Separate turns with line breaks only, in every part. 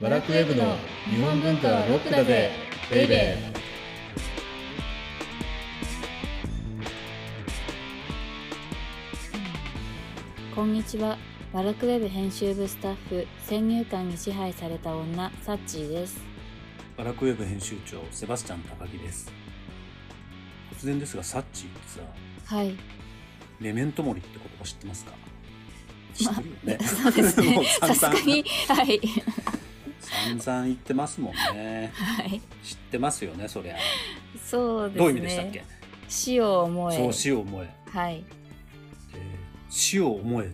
バラクウェブの日本文化はロックだぜベイベー
こんにちは。バラクウェブ編集部スタッフ、先入観に支配された女、サッチーです。
バラクウェブ編集長セバスチャン高木です突然ですがサッチーってさ
はい。
メメントモリって言葉知ってますか知ってるよね、
そうです
も
ね。
う
さすがに。はい。
散々言ってますもんね
はい。
知ってますよねそりゃ
そうですね。
どういう意味でしたっけ、
死を思え。
そう死を思え、
はい。
えー死を思えっ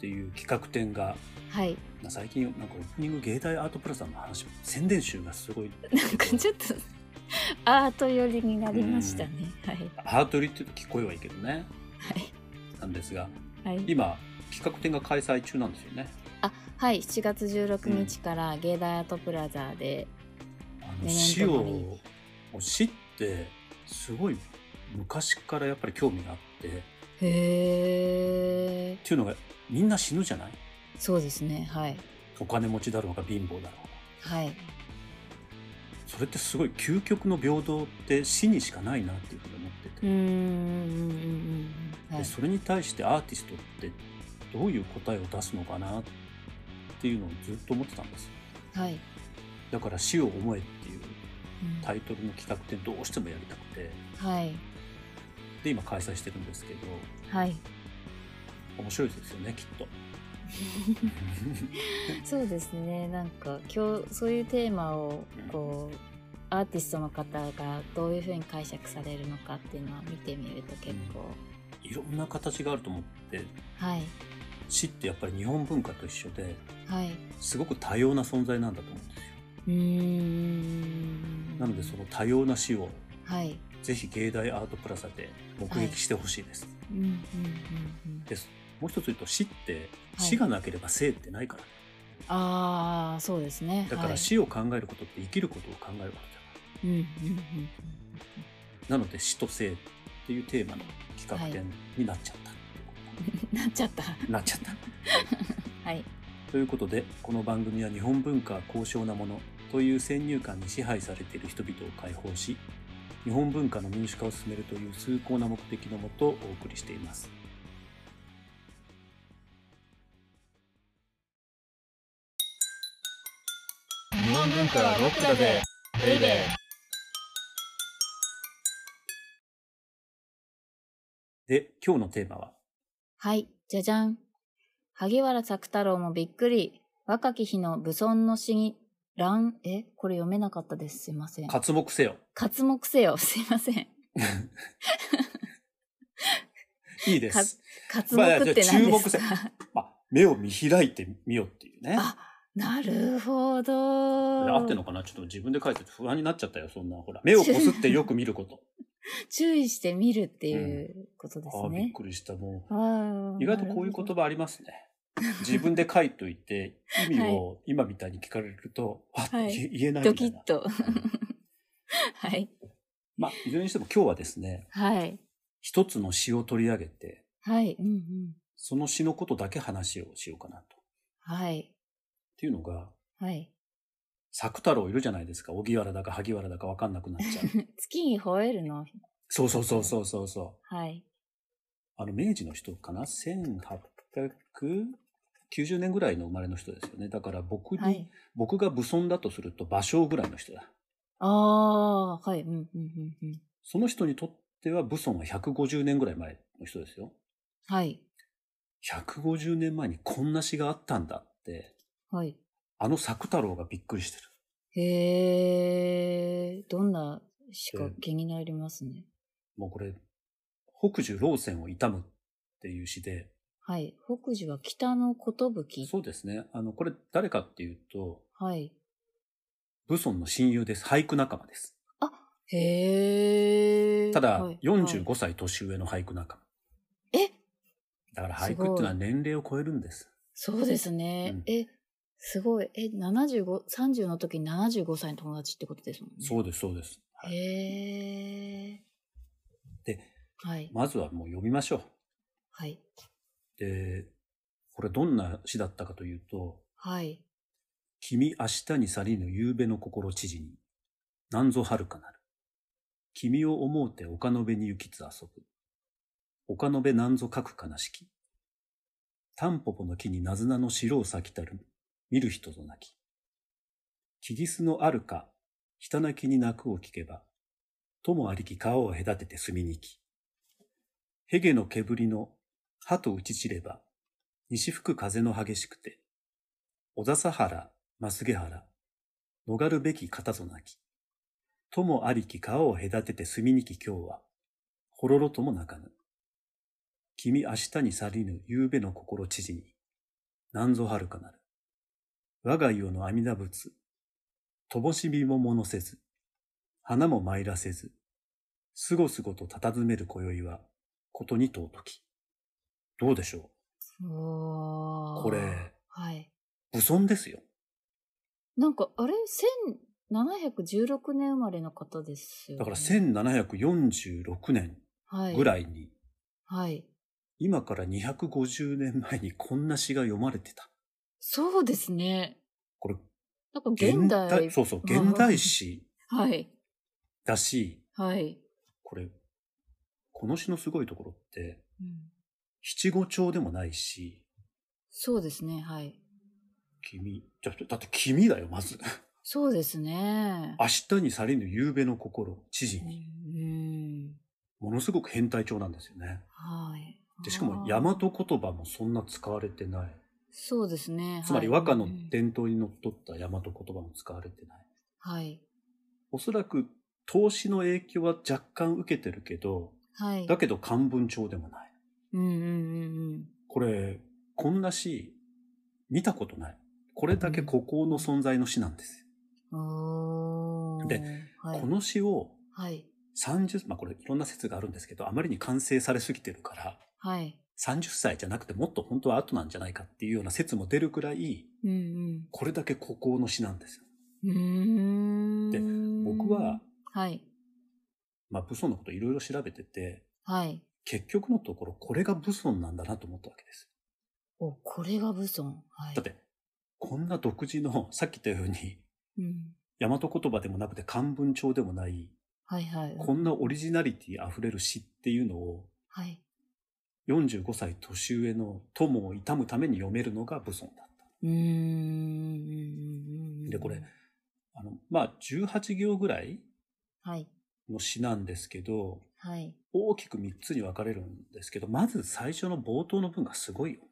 ていう企画展が
はい。
まあ最近なんかオープニング芸大アートプラザの話宣伝集がすごい
なんかちょっと、アート寄りになりましたね。はい。
アートリって言うと聞こえはいいけどねなんですが
はい。はい。
今企画展が開催中なんですよね
はい。7月16日から芸大アートプラザで、
あ
メメント
の死を
モリ
死ってすごい昔からやっぱり興味があってっ
へー。
ていうのがみんな死ぬじゃない
そうですね。はい。
お金持ちだろうが貧乏だろうが
はい。
それってすごい究極の平等って死にしかないなっていうふうに思って
う
て、
ーん。うんうんうんは
で
い。
それに対してアーティストってどういう答えを出すのかなっていうのをずっと思ってたんですよ
はい。
だから「死を思え」ってい
う
う
ん
タイトルの企画展どうしてもやりたくて
はい。
で今開催してるんですけど
はい。
面白いですよねきっ と。
そうですね。なんか今日そういうテーマをこうアーティストの方がどういうふうに解釈されるのかっていうのは見てみると結構、
いろんな形があると思って
はい
死ってやっぱり日本文化と一緒で
はい。う
すごく多様な存在なんだと思うんですよ
ーん。
なのでその多様な死を
はい。
ぜひ芸大アートプラザで目撃してほしいです、
うんうんうんうん。
ですもう一つ言うと死って
はい
死がなければ生ってないから、
ああそうですね。
だか
は
ら
い、
死を考えることって生きることを考えることじゃない
うんうんうん
なので死と生っていうテーマの企画展になっちゃった、
うん。なっちゃった。
なっちゃった
はい
ということでこの番組は日本文化は高尚なものという先入観に支配されている人々を解放し日本文化の民主化を進めるという崇高な目的のもとお送りしています
日本文化はロックだぜベイベー
で今日のテーマは
はいじゃじゃん。萩原作太郎もびっくり。若き日の武尊の死に乱えこれ読めなかったですすいません。
「活目せよ
活目せよ。すいません。」
いいです、
活目って何ですか、
まあじゃまあ、目を見開いてみよっていうね
あなるほど。
これ合ってんのかなちょっと自分で書いてて不安になっちゃったよそんなほら目をこすってよく見 ること
注意してみるっていうことで
あ
す
ーびっ
ね。
くりしたもう
あー
意外とこういう言。葉ありますね。自分で書いといて、意味を今みたいに聞かれると、
は
あ
い
言え言えな
ないるほどド
みた
キ
い
ッ
な。
と。
うん
はい。
まあ、いずれにしても今日はですね、
はい。
一つの詩を取り上げて、
はい。うんうん。
その詩のことだけ話をしようかなと。っ
はい。
ていうのが、
はい。
作太郎いるじゃないですか。荻原だか萩原だか分かんなくなっち ゃう。
月に吠えるの。
そうそうそうそうそうそう。
はい。
あの、明治の人かな ?1890 年ぐらいの生まれの人ですよね。だから僕に、
はい。
僕が武尊だとすると、芭蕉ぐらいの人だ。
ああー、はい。うんうんうんうん。
その人にとっては武尊は150年ぐらい前の人ですよ。
はい。
150年前にこんな詩があったんだって、
はい。
あの作太郎がびっくりしてる。
へえ、どんなしか気になりますね。
もうこれ、北樹老泉を悼むっていう詩で、
はい。北樹は北の寿。
そうですね。あの、これ誰かっていうと、
はい。
武尊の親友です。俳句仲間です。
へえ。
ただ、
はい
45歳年上の俳句仲間。
え
だから俳句っていうのは年齢を超えるんです。
そうですね。
うん
え、すごい。え、75、30の時に75歳の友達ってことですもんね。
そうです、そうです。はい
へえ。
で、
はい。
まずはもう読みましょ
はい。
う。で、これどんな詩だったかというと、
はい。
君明日に去りぬ夕べの心知事に、なんぞ遥かなる。君を思うて丘の辺に行きつ遊ぶ。丘の辺なんぞかく悲しき。タンポポの木になずなの白を咲きたる、見る人ぞ泣き。キギスのあるか、ひたなきに泣くを聞けば、ともありき川を隔てて住みにき。ヘゲの煙の歯と打ち散れば、西吹く風の激しくて、小笹原、増毛原、逃るべき方ぞなき。ともありき川を隔てて住みにき今日は、ほろろとも泣かぬ。君明日に去りぬ夕べの心知事に、なんぞ遥かなる。我が世の阿弥陀仏、とぼしびもものせず、花も参らせず、すごすごと佇める今宵は、ことに尊き。どうでしょう
おー
これ、
はい。
武尊ですよ。
なんか、あれ ?1716 年生まれの方ですよ、ね。
だから1746年ぐ
い。
らいに、
はい。
今から250年前にこんな詩が読まれてた。
そうですね。
これ、
なんか現代。
そうそう、現代詩
はい。
だし、
はい。
これ、この詩のすごいところって、
うん
七五調でもないし、
そうですね。はい。
君、じゃ、だって君だよ、まず。
そうですね。
明日に去りぬ夕べの心、知事
うん
に。
うん。
ものすごく変態調なんですよね。
はい。
で、しかも、
あ
大
ー
和言葉もそんな使われてない。
そうですね。
つまり
はい
和歌の
うん
伝統にのっとった大和言葉も使われてない。
はい。
おそらく、投資の影響は若干受けてるけど、
はい。
だけど漢文調でもない。
うんうんうんうん。
これ、こんな詩、見たことない。これだけ孤高の存在の詩なんです。
おー
で、
はい、
この詩を
はい、
30、まあこれいろんな説があるんですけど、あまりに完成されすぎてるから、
はい、
30歳じゃなくてもっと本当は後なんじゃないかっていうような説も出るくらい、
うん
これだけ孤高の詩なんですよ。
うん。うーん
で僕は、、
はい、
まあ武尊のこといろいろ調べてて、
はい。
結局のところこれが武尊なんだなと思ったわけです。
お、これが武尊。はい。
だって、こんな独自の、さっき言ったように、
うん。
大和言葉でもなくて漢文調でもない、
はいはい。
こんなオリジナリティ溢れる詩っていうのを、
はい。
45歳年上の友を悼むために読めるのが武尊だった。
うーんうん。うん
でこれ、あの、まあ、18行ぐらい
はい、
の詩なんですけど、
はい。
大きく3つに分かれるんですけど、まず最初の冒頭の文がすごいよね。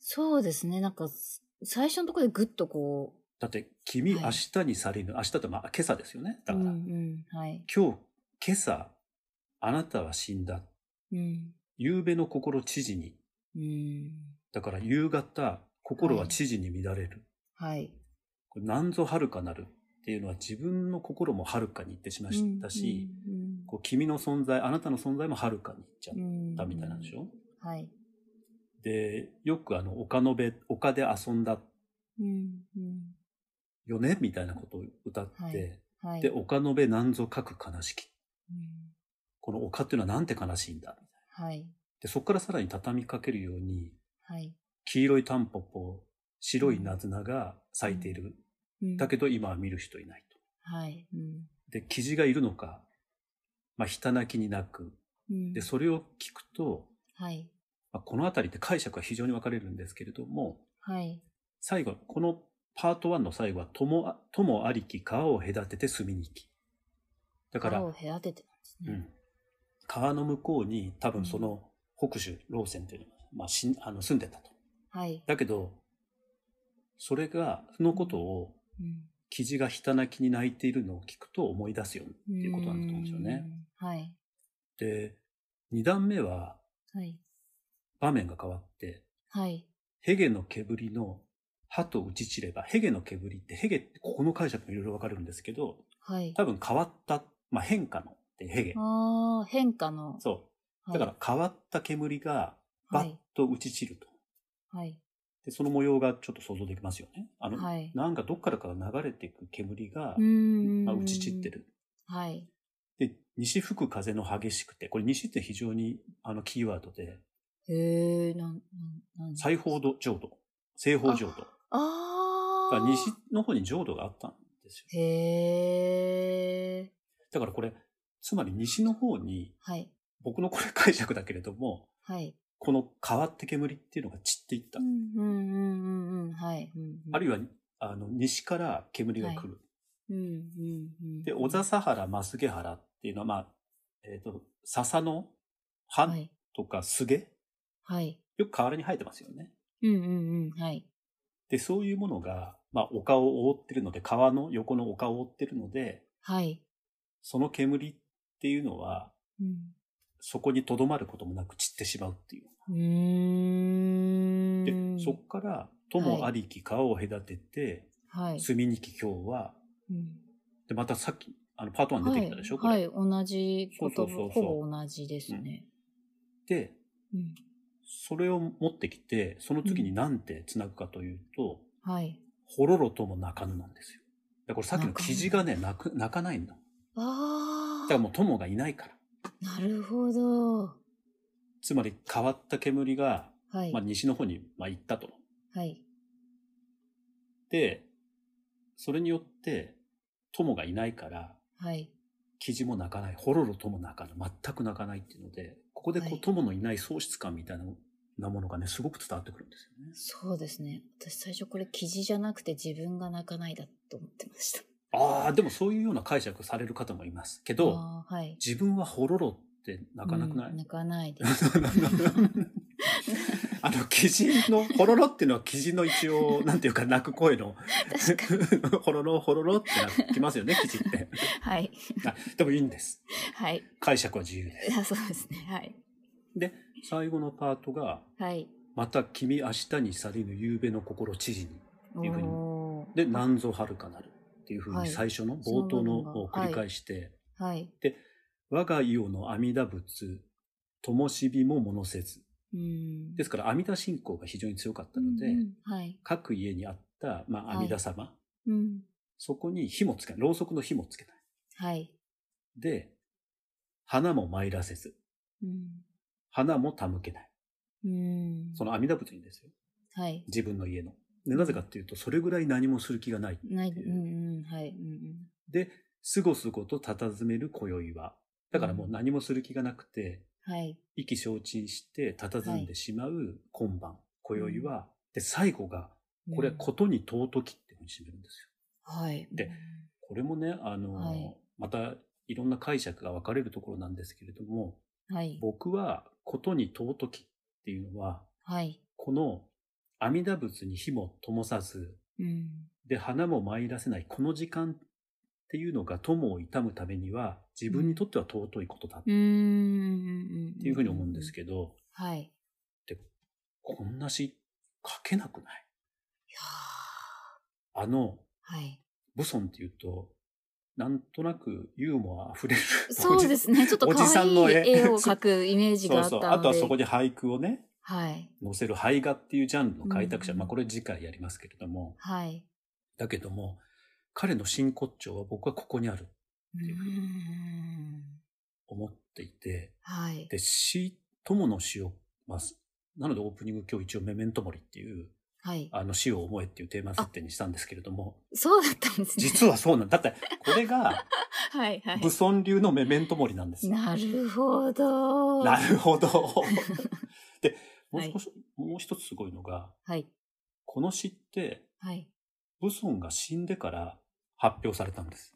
そうですね。なんか、最初のところでぐっとこう、
だって、君
はい
明日に去りぬ、明日ってまあ今朝ですよね。だ
う
か
ん
ら、
うん、はい。
今日、今朝、あなたは死んだ。
うん。
夕べの心知事に。
うん。
だから夕方、心は知事に乱れる。
はい。
これ何ぞ遥かなるっていうのは自分の心も遥かに行ってしましたし、
うんうん
こう君の存在、あなたの存在も遥かに行っちゃ
う
っ
ん
たみたいなんでしょ、
はい。
で、よくあの、丘のべ、丘で遊んだ
うんうん
よねみたいなことを歌って、
はいはい。
で、丘のべ何ぞ書く悲しき。
うん
この丘っていうのはなんて悲しいんだ。
はい。
で、そこからさらに畳みかけるように、
はい。
黄色いタンポポ、白いナズナが咲いている。だけ
ど、
ど今は見る人いないと。
はい。うん
で、キジがいるのか、まあ、ひたなきになく、
うん
で、それを聞くと、
はい。
まあ、このあたりって解釈が非常に分かれるんですけれども、
はい。
最後、このパート1の最後は、友あ友ありき川を隔てて住みに行き。だから、
川を
う
隔ててたんですね。
ん、川の向こうに多分その北州、老泉というのが、まあ、しんあの住んでたと。
はい。
だけど、それが、そのことを、
うん
キジがひたなきに泣いているのを聞くと思い出すよっていうことなんだと思うんですよね。。
うんはい。
で、二段目は
はい。
場面が変わって、
はい。
ヘゲの煙の歯と打ち散れば、ヘゲの煙って、ヘゲってここの解釈もいろいろ分かれるんですけど、
はい。
多分変わった、まあ変化のってヘゲ。
ああ、変化の。
そう。だから変わった煙がバ
は
ッ
い。
と打ち散ると。
はい。
で、その模様がちょっと想像できますよね。あの、
はい。
なんかどっからから流れていく煙が、
ん
まあ、打ち散って。る。
はい。
で、西吹く風の激しくて、これ西って非常にあのキーワードで、
へえ、なん、なん、なん。
西方浄土、西方浄土。
あ
だから西の方に浄土があったんですよ。
へえ。
だからこれ、つまり西の方に、
はい。
僕のこれ解釈だけれども、
はい。
この変わって煙っていうのが散っていった。
うんうんうんうんうん。はい。うんうん、
あるい
は、
は、あの、西から煙が来る。
うんうんうん、
で、小笹原、増毛原っていうのは、まあ、えっ、と、笹の
は
半
い。
とか菅、
はい。
よく河原に生えてますよね。
うんうんうん。はい。
で、そういうものが、まあ、丘を覆ってるので、川の横の丘を覆ってるので、
はい。
その煙っていうのは、
うん
そこに留まることもなく散ってしまうっていう。
うーん。
で、そっから、友ありき川を隔てて、
はい。
住みにき今日は、
うん
で、またさっき、あの、パート1出てきたでしょ、こ
は
れ。
い、はい、同じこと、
そうそうそうそう
ほぼ同じですね。
で、
うん
それを持ってきて、その次に何て繋ぐかというと、
はい。
ほろろとも泣かぬなんですよ。だからこれさっきの記事がね、泣く、泣かないんだ。
あ
だから
あ、
もう友がいないから。
なるほど。
つまり変わった煙が、
はい。
まあ西の方に、まあ、行ったと。
はい。
で、それによって、友がいないから、
はい。
記事も泣かない、ほろろとも泣かない、全く泣かないっていうので、ここでこ
は
う
い
友のいない喪失感みたいななものがね、すごく伝わってくるんですよね。
そうですね。私最初これ記事じゃなくて自分が泣かないだと思ってました。
ああ、でもそういうような解釈される方もいますけど、
あーはい。
自分はほろろって泣かなくない、
うん泣かないです。
あの、鬼人の、ほろろっていうのは鬼人の一応、なんていうか、泣く声の、
確かに。
ほろろ、ほろろってなってきますよね、鬼 人って。
はい。
あでもいいんです。
はい。
解釈は自由です。
いやそうですね。はい。
で、最後のパートが、
はい。
また君明日に去りぬ夕べの心知事に。
お
いうふうに
お
で、なんぞ遥かなる。っていうふう
は
に
い
最初の冒
その部
頭の
分が
を繰り返して、
ー。はい。
我が世の阿弥陀仏、灯火もものせず。
うん。
ですから阿弥陀信仰が非常に強かったので、
うんうんはい。
各家にあった、まあ、
はい
阿弥陀様、
うん。
そこに火もつけない。ろうそくの火もつけない。
はい。
で、花も参らせず、
うん。
花も手向けない。
うん。
その阿弥陀仏にですよ。
はい。
自分の家の。でなぜかっていうと、それぐらい何もする気がない。
ない、
て
う
いうん
うん、はい。うん
で、すごすごと佇める今宵は。だからもう何もする気がなくて、
うん、はい。
意気消沈して佇んでしまう今晩、今宵は。で、最後が、これ、
うん
ことに尊きっていうふうに締めるんですよ。
はい。
でこれもね、あの、
はい
またいろんな解釈が分かれるところなんですけれども、
はい。
僕はことに尊きっていうのは、
はい。
この阿弥陀仏に火も灯さず、
うん。
で、花も舞らせないこの時間っていうのが友を悼むためには、自分にとっては尊いことだっ
う
て
ーん。
いうふうに思うんですけど、
ど。はい。いや
こんな詩書けなくない
ー
あの、
はい。
武尊っていうと、なんとなくユーモア溢れる。
そうですね。ちょっと
おじさ
可
んの
愛い
絵
絵を描くイメージ
そ
が
う
あったの
そう。
で。
あとはそこに俳句をね、
はい。
載せる絵画っていうジャンルの開拓者、
うん
まあこれ次回やりますけれども、
はい。
だけども、彼の真骨頂は僕はここにあると
うーん。
思っていて、
はい。
で、詩、友の詩を、まあ、なのでオープニング今日一応メメントモリっていう、
はい。
あの詩を思えっていうテーマ設定にしたんですけれど も、
そうだったんですね。
実はそうなんだ。だって、これが
はいはい
武。尊流のメメントモリなんですよ。
なるほど。
なるほど。 で、もう
はい
少し、もう一つすごいのが、
はい。
この詩って、
はい。
武尊が死んでから発表されたんです。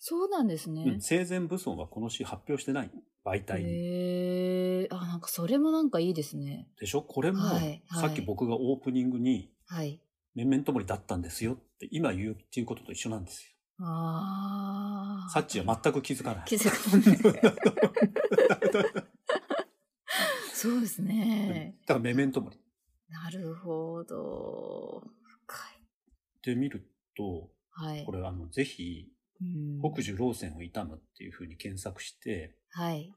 そうなんです
う
ね
ん、。生前武尊はこの詩発表してない媒体に。
へえ。あ、なんかそれもなんかいいですね。
でしょこれも、
はいはい
さっき僕がオープニングに、
はい。
面々ともりだったんですよって今言うっていうことと一緒なんですよ。
ああ。
サッチは全く気づかない。
気づかない。そうですね。
だから、メメントモリっ
なるほど。
て見ると、
深い。はい
こ。れ、あの、ぜひ、
うん
北樹老泉を悼むっていうふうに検索して、
はい。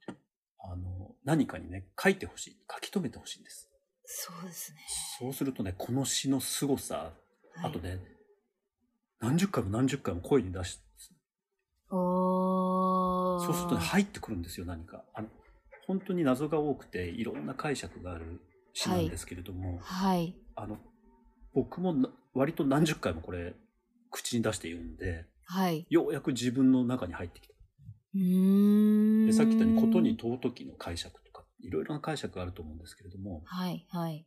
あの、何かにね、書いてほしい。書き留めてほしいんです。
そうですね。
そうするとね、この詩の凄さ、
はい
あと。ね、何十回も何十回も声に出し、
おー。
そうするとね、入ってくるんですよ、何か。あの、本当に謎が多くて、いろんな解釈がある詩なんですけれども、
はい。
あの、僕もな割と何十回もこれ口に出して読んで
はい。
ようやく自分の中に入ってきた
うー
で
ん。
さっき言ったようにことに尊きの解釈とかいろいろな解釈があると思うんですけれども
はい、はい、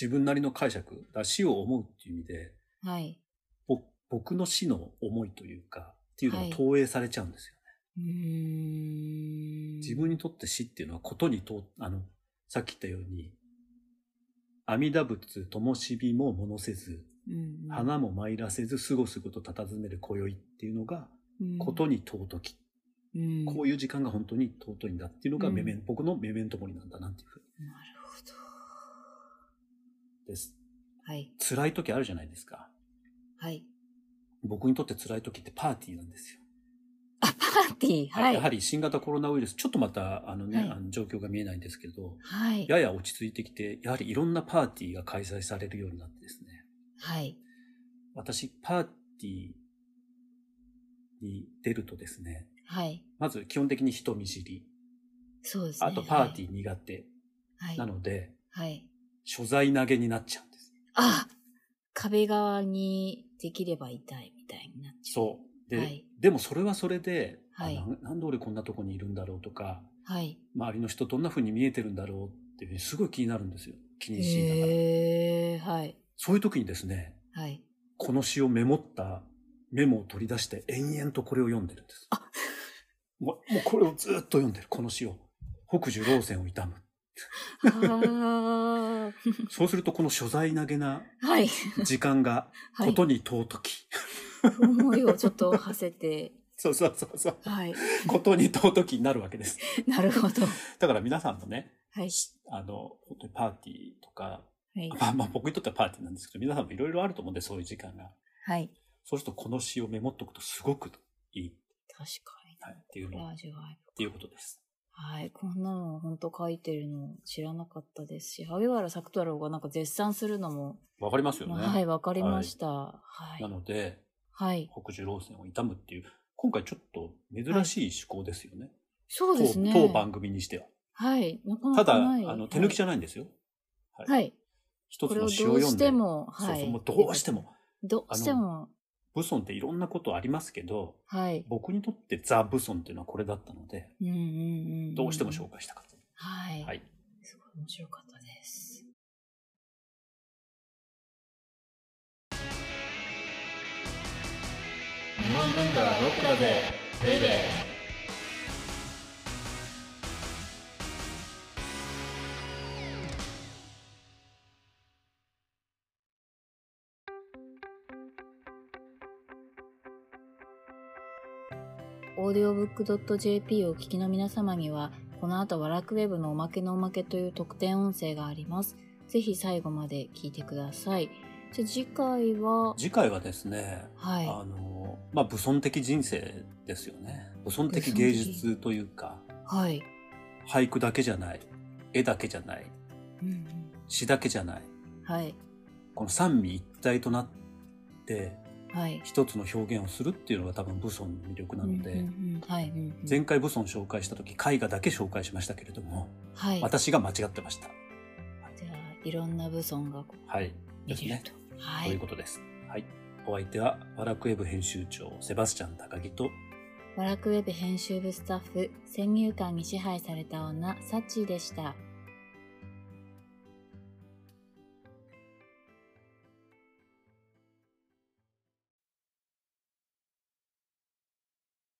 自分なりの解釈だから死を思うっていう意味で
はい。
ぼ僕の死の思いというかっていうの
は
が
い
投影されちゃうんですよね、
うーん。
自分にとって死っていうのはことにとあのさっき言ったように阿弥陀仏ともしびも物せず
うん、
花も舞らせずすごすごと佇める今宵っていうのがことに尊き、
うん、
こういう時間が本当に尊いんだっていうのが
うん
メメン、僕のメメントモリなんだなっていうふう
うん。なるほど。
です
はい、
辛い時あるじゃないですか
はい。
僕にとって辛い時ってパーティーなんですよ
あ、パーティー、はい。
やはり新型コロナウイルス、ちょっとまたあの、ね
はい
あの状況が見えないんですけれど、
はい。
やや落ち着いてきて、やはりいろんなパーティーが開催されるようになってですね、
はい。
私、パーティーに出るとですね、
はい。
まず基本的に人見知り、
そうですね。
あとパーティー苦手
はい。
なので、
はい。
所在投げになっちゃうんです。
あ壁側にできれば痛いみたいになっちゃう。
そう。で、
はい
でもそれはそれで、あ
はい
なんなんで俺こんなとこにいるんだろうとか、
はい。
周りの人どんな風に見えてるんだろうっていうふうにすごい気になるんですよ。気にしながら。
へえー、はい。
そういう時にですね、
はい。
この詩をメモったメモを取り出して延々とこれを読んでるんです。もうもうこれをずっと読んでる、この詩を。北樹老泉を悼む。
あー
そうするとこの所在投げな
はい。
時間 が
は
こ
い。
とに尊き。
思いをちょっと馳せて、
そうそうそう そう。
はい。
ことに尊きになるわけです。
なるほど。は
だから皆さんのね、
い。
あの、本当にパーティーとか、
はい。
まあまあ僕にとってはパーティーなんですけど、皆さんもいろいろあると思うんで、そういう時間が。
はい。
そうするとこの詩をメモっとくとすごくいい、
確かに。
はい、っていう
これ
の、っ
味わい
ていうことです。
はい。こんなの本当書いてるの知らなかったですし、萩原作太郎がなんか絶賛するのも、
わかりますよね。
はい、わかりました。はい
な。ので、
はい。
北樹老泉を悼むっていう、今回ちょっと珍しい趣向ですよね。
そうですね。
当当番組にしては。
はい。なか
た
な
だ、
か
あ
ない。
の、手抜きじ
ゃ
ゃないんですよ。はい
はい。
一
こ
つ
れを
の詩を
どう
読ん
し
で。
ても、は
そうそう、も。
いう
どうしても。
どうしても、
武尊っていろんなことありますけど、
はい。
僕にとってザ・武尊っていうのはこれだったので、
うんうんうんん。
どうしても紹介したかった。
はい。
はい。
すごい面白かったです。
日本文化はロックだぜベイベー
オーディオブックドット JP をお聞きの皆様には、この後、ワラクウェブのおまけのおまけという特典音声があります。ぜひ最後まで聞いてください。じゃあ次回は、
次回はですね、
はい。
あの、まあ、武尊的人生ですよね。武尊的芸術というか、
はい。
俳句だけじゃない、絵だけじゃない、
うん
詩だけじゃない、
うん。はい。
この三位一体となって
はい。
一つの表現をするっていうのが多分武尊の魅力なので、
うんうんうんはい。うんうん
前回武尊紹介した時絵画だけ紹介しましたけれども、
はい。
私が間違ってました
じゃあ、いろんな武尊がこう
はい
見
です
れる
ね
と。は
という
い。
ことですはいお相手はワラクウェブ編集長セバスチャン高木と
ワラクウェブ編集部スタッフ、先入観に支配された女、サッチーでした。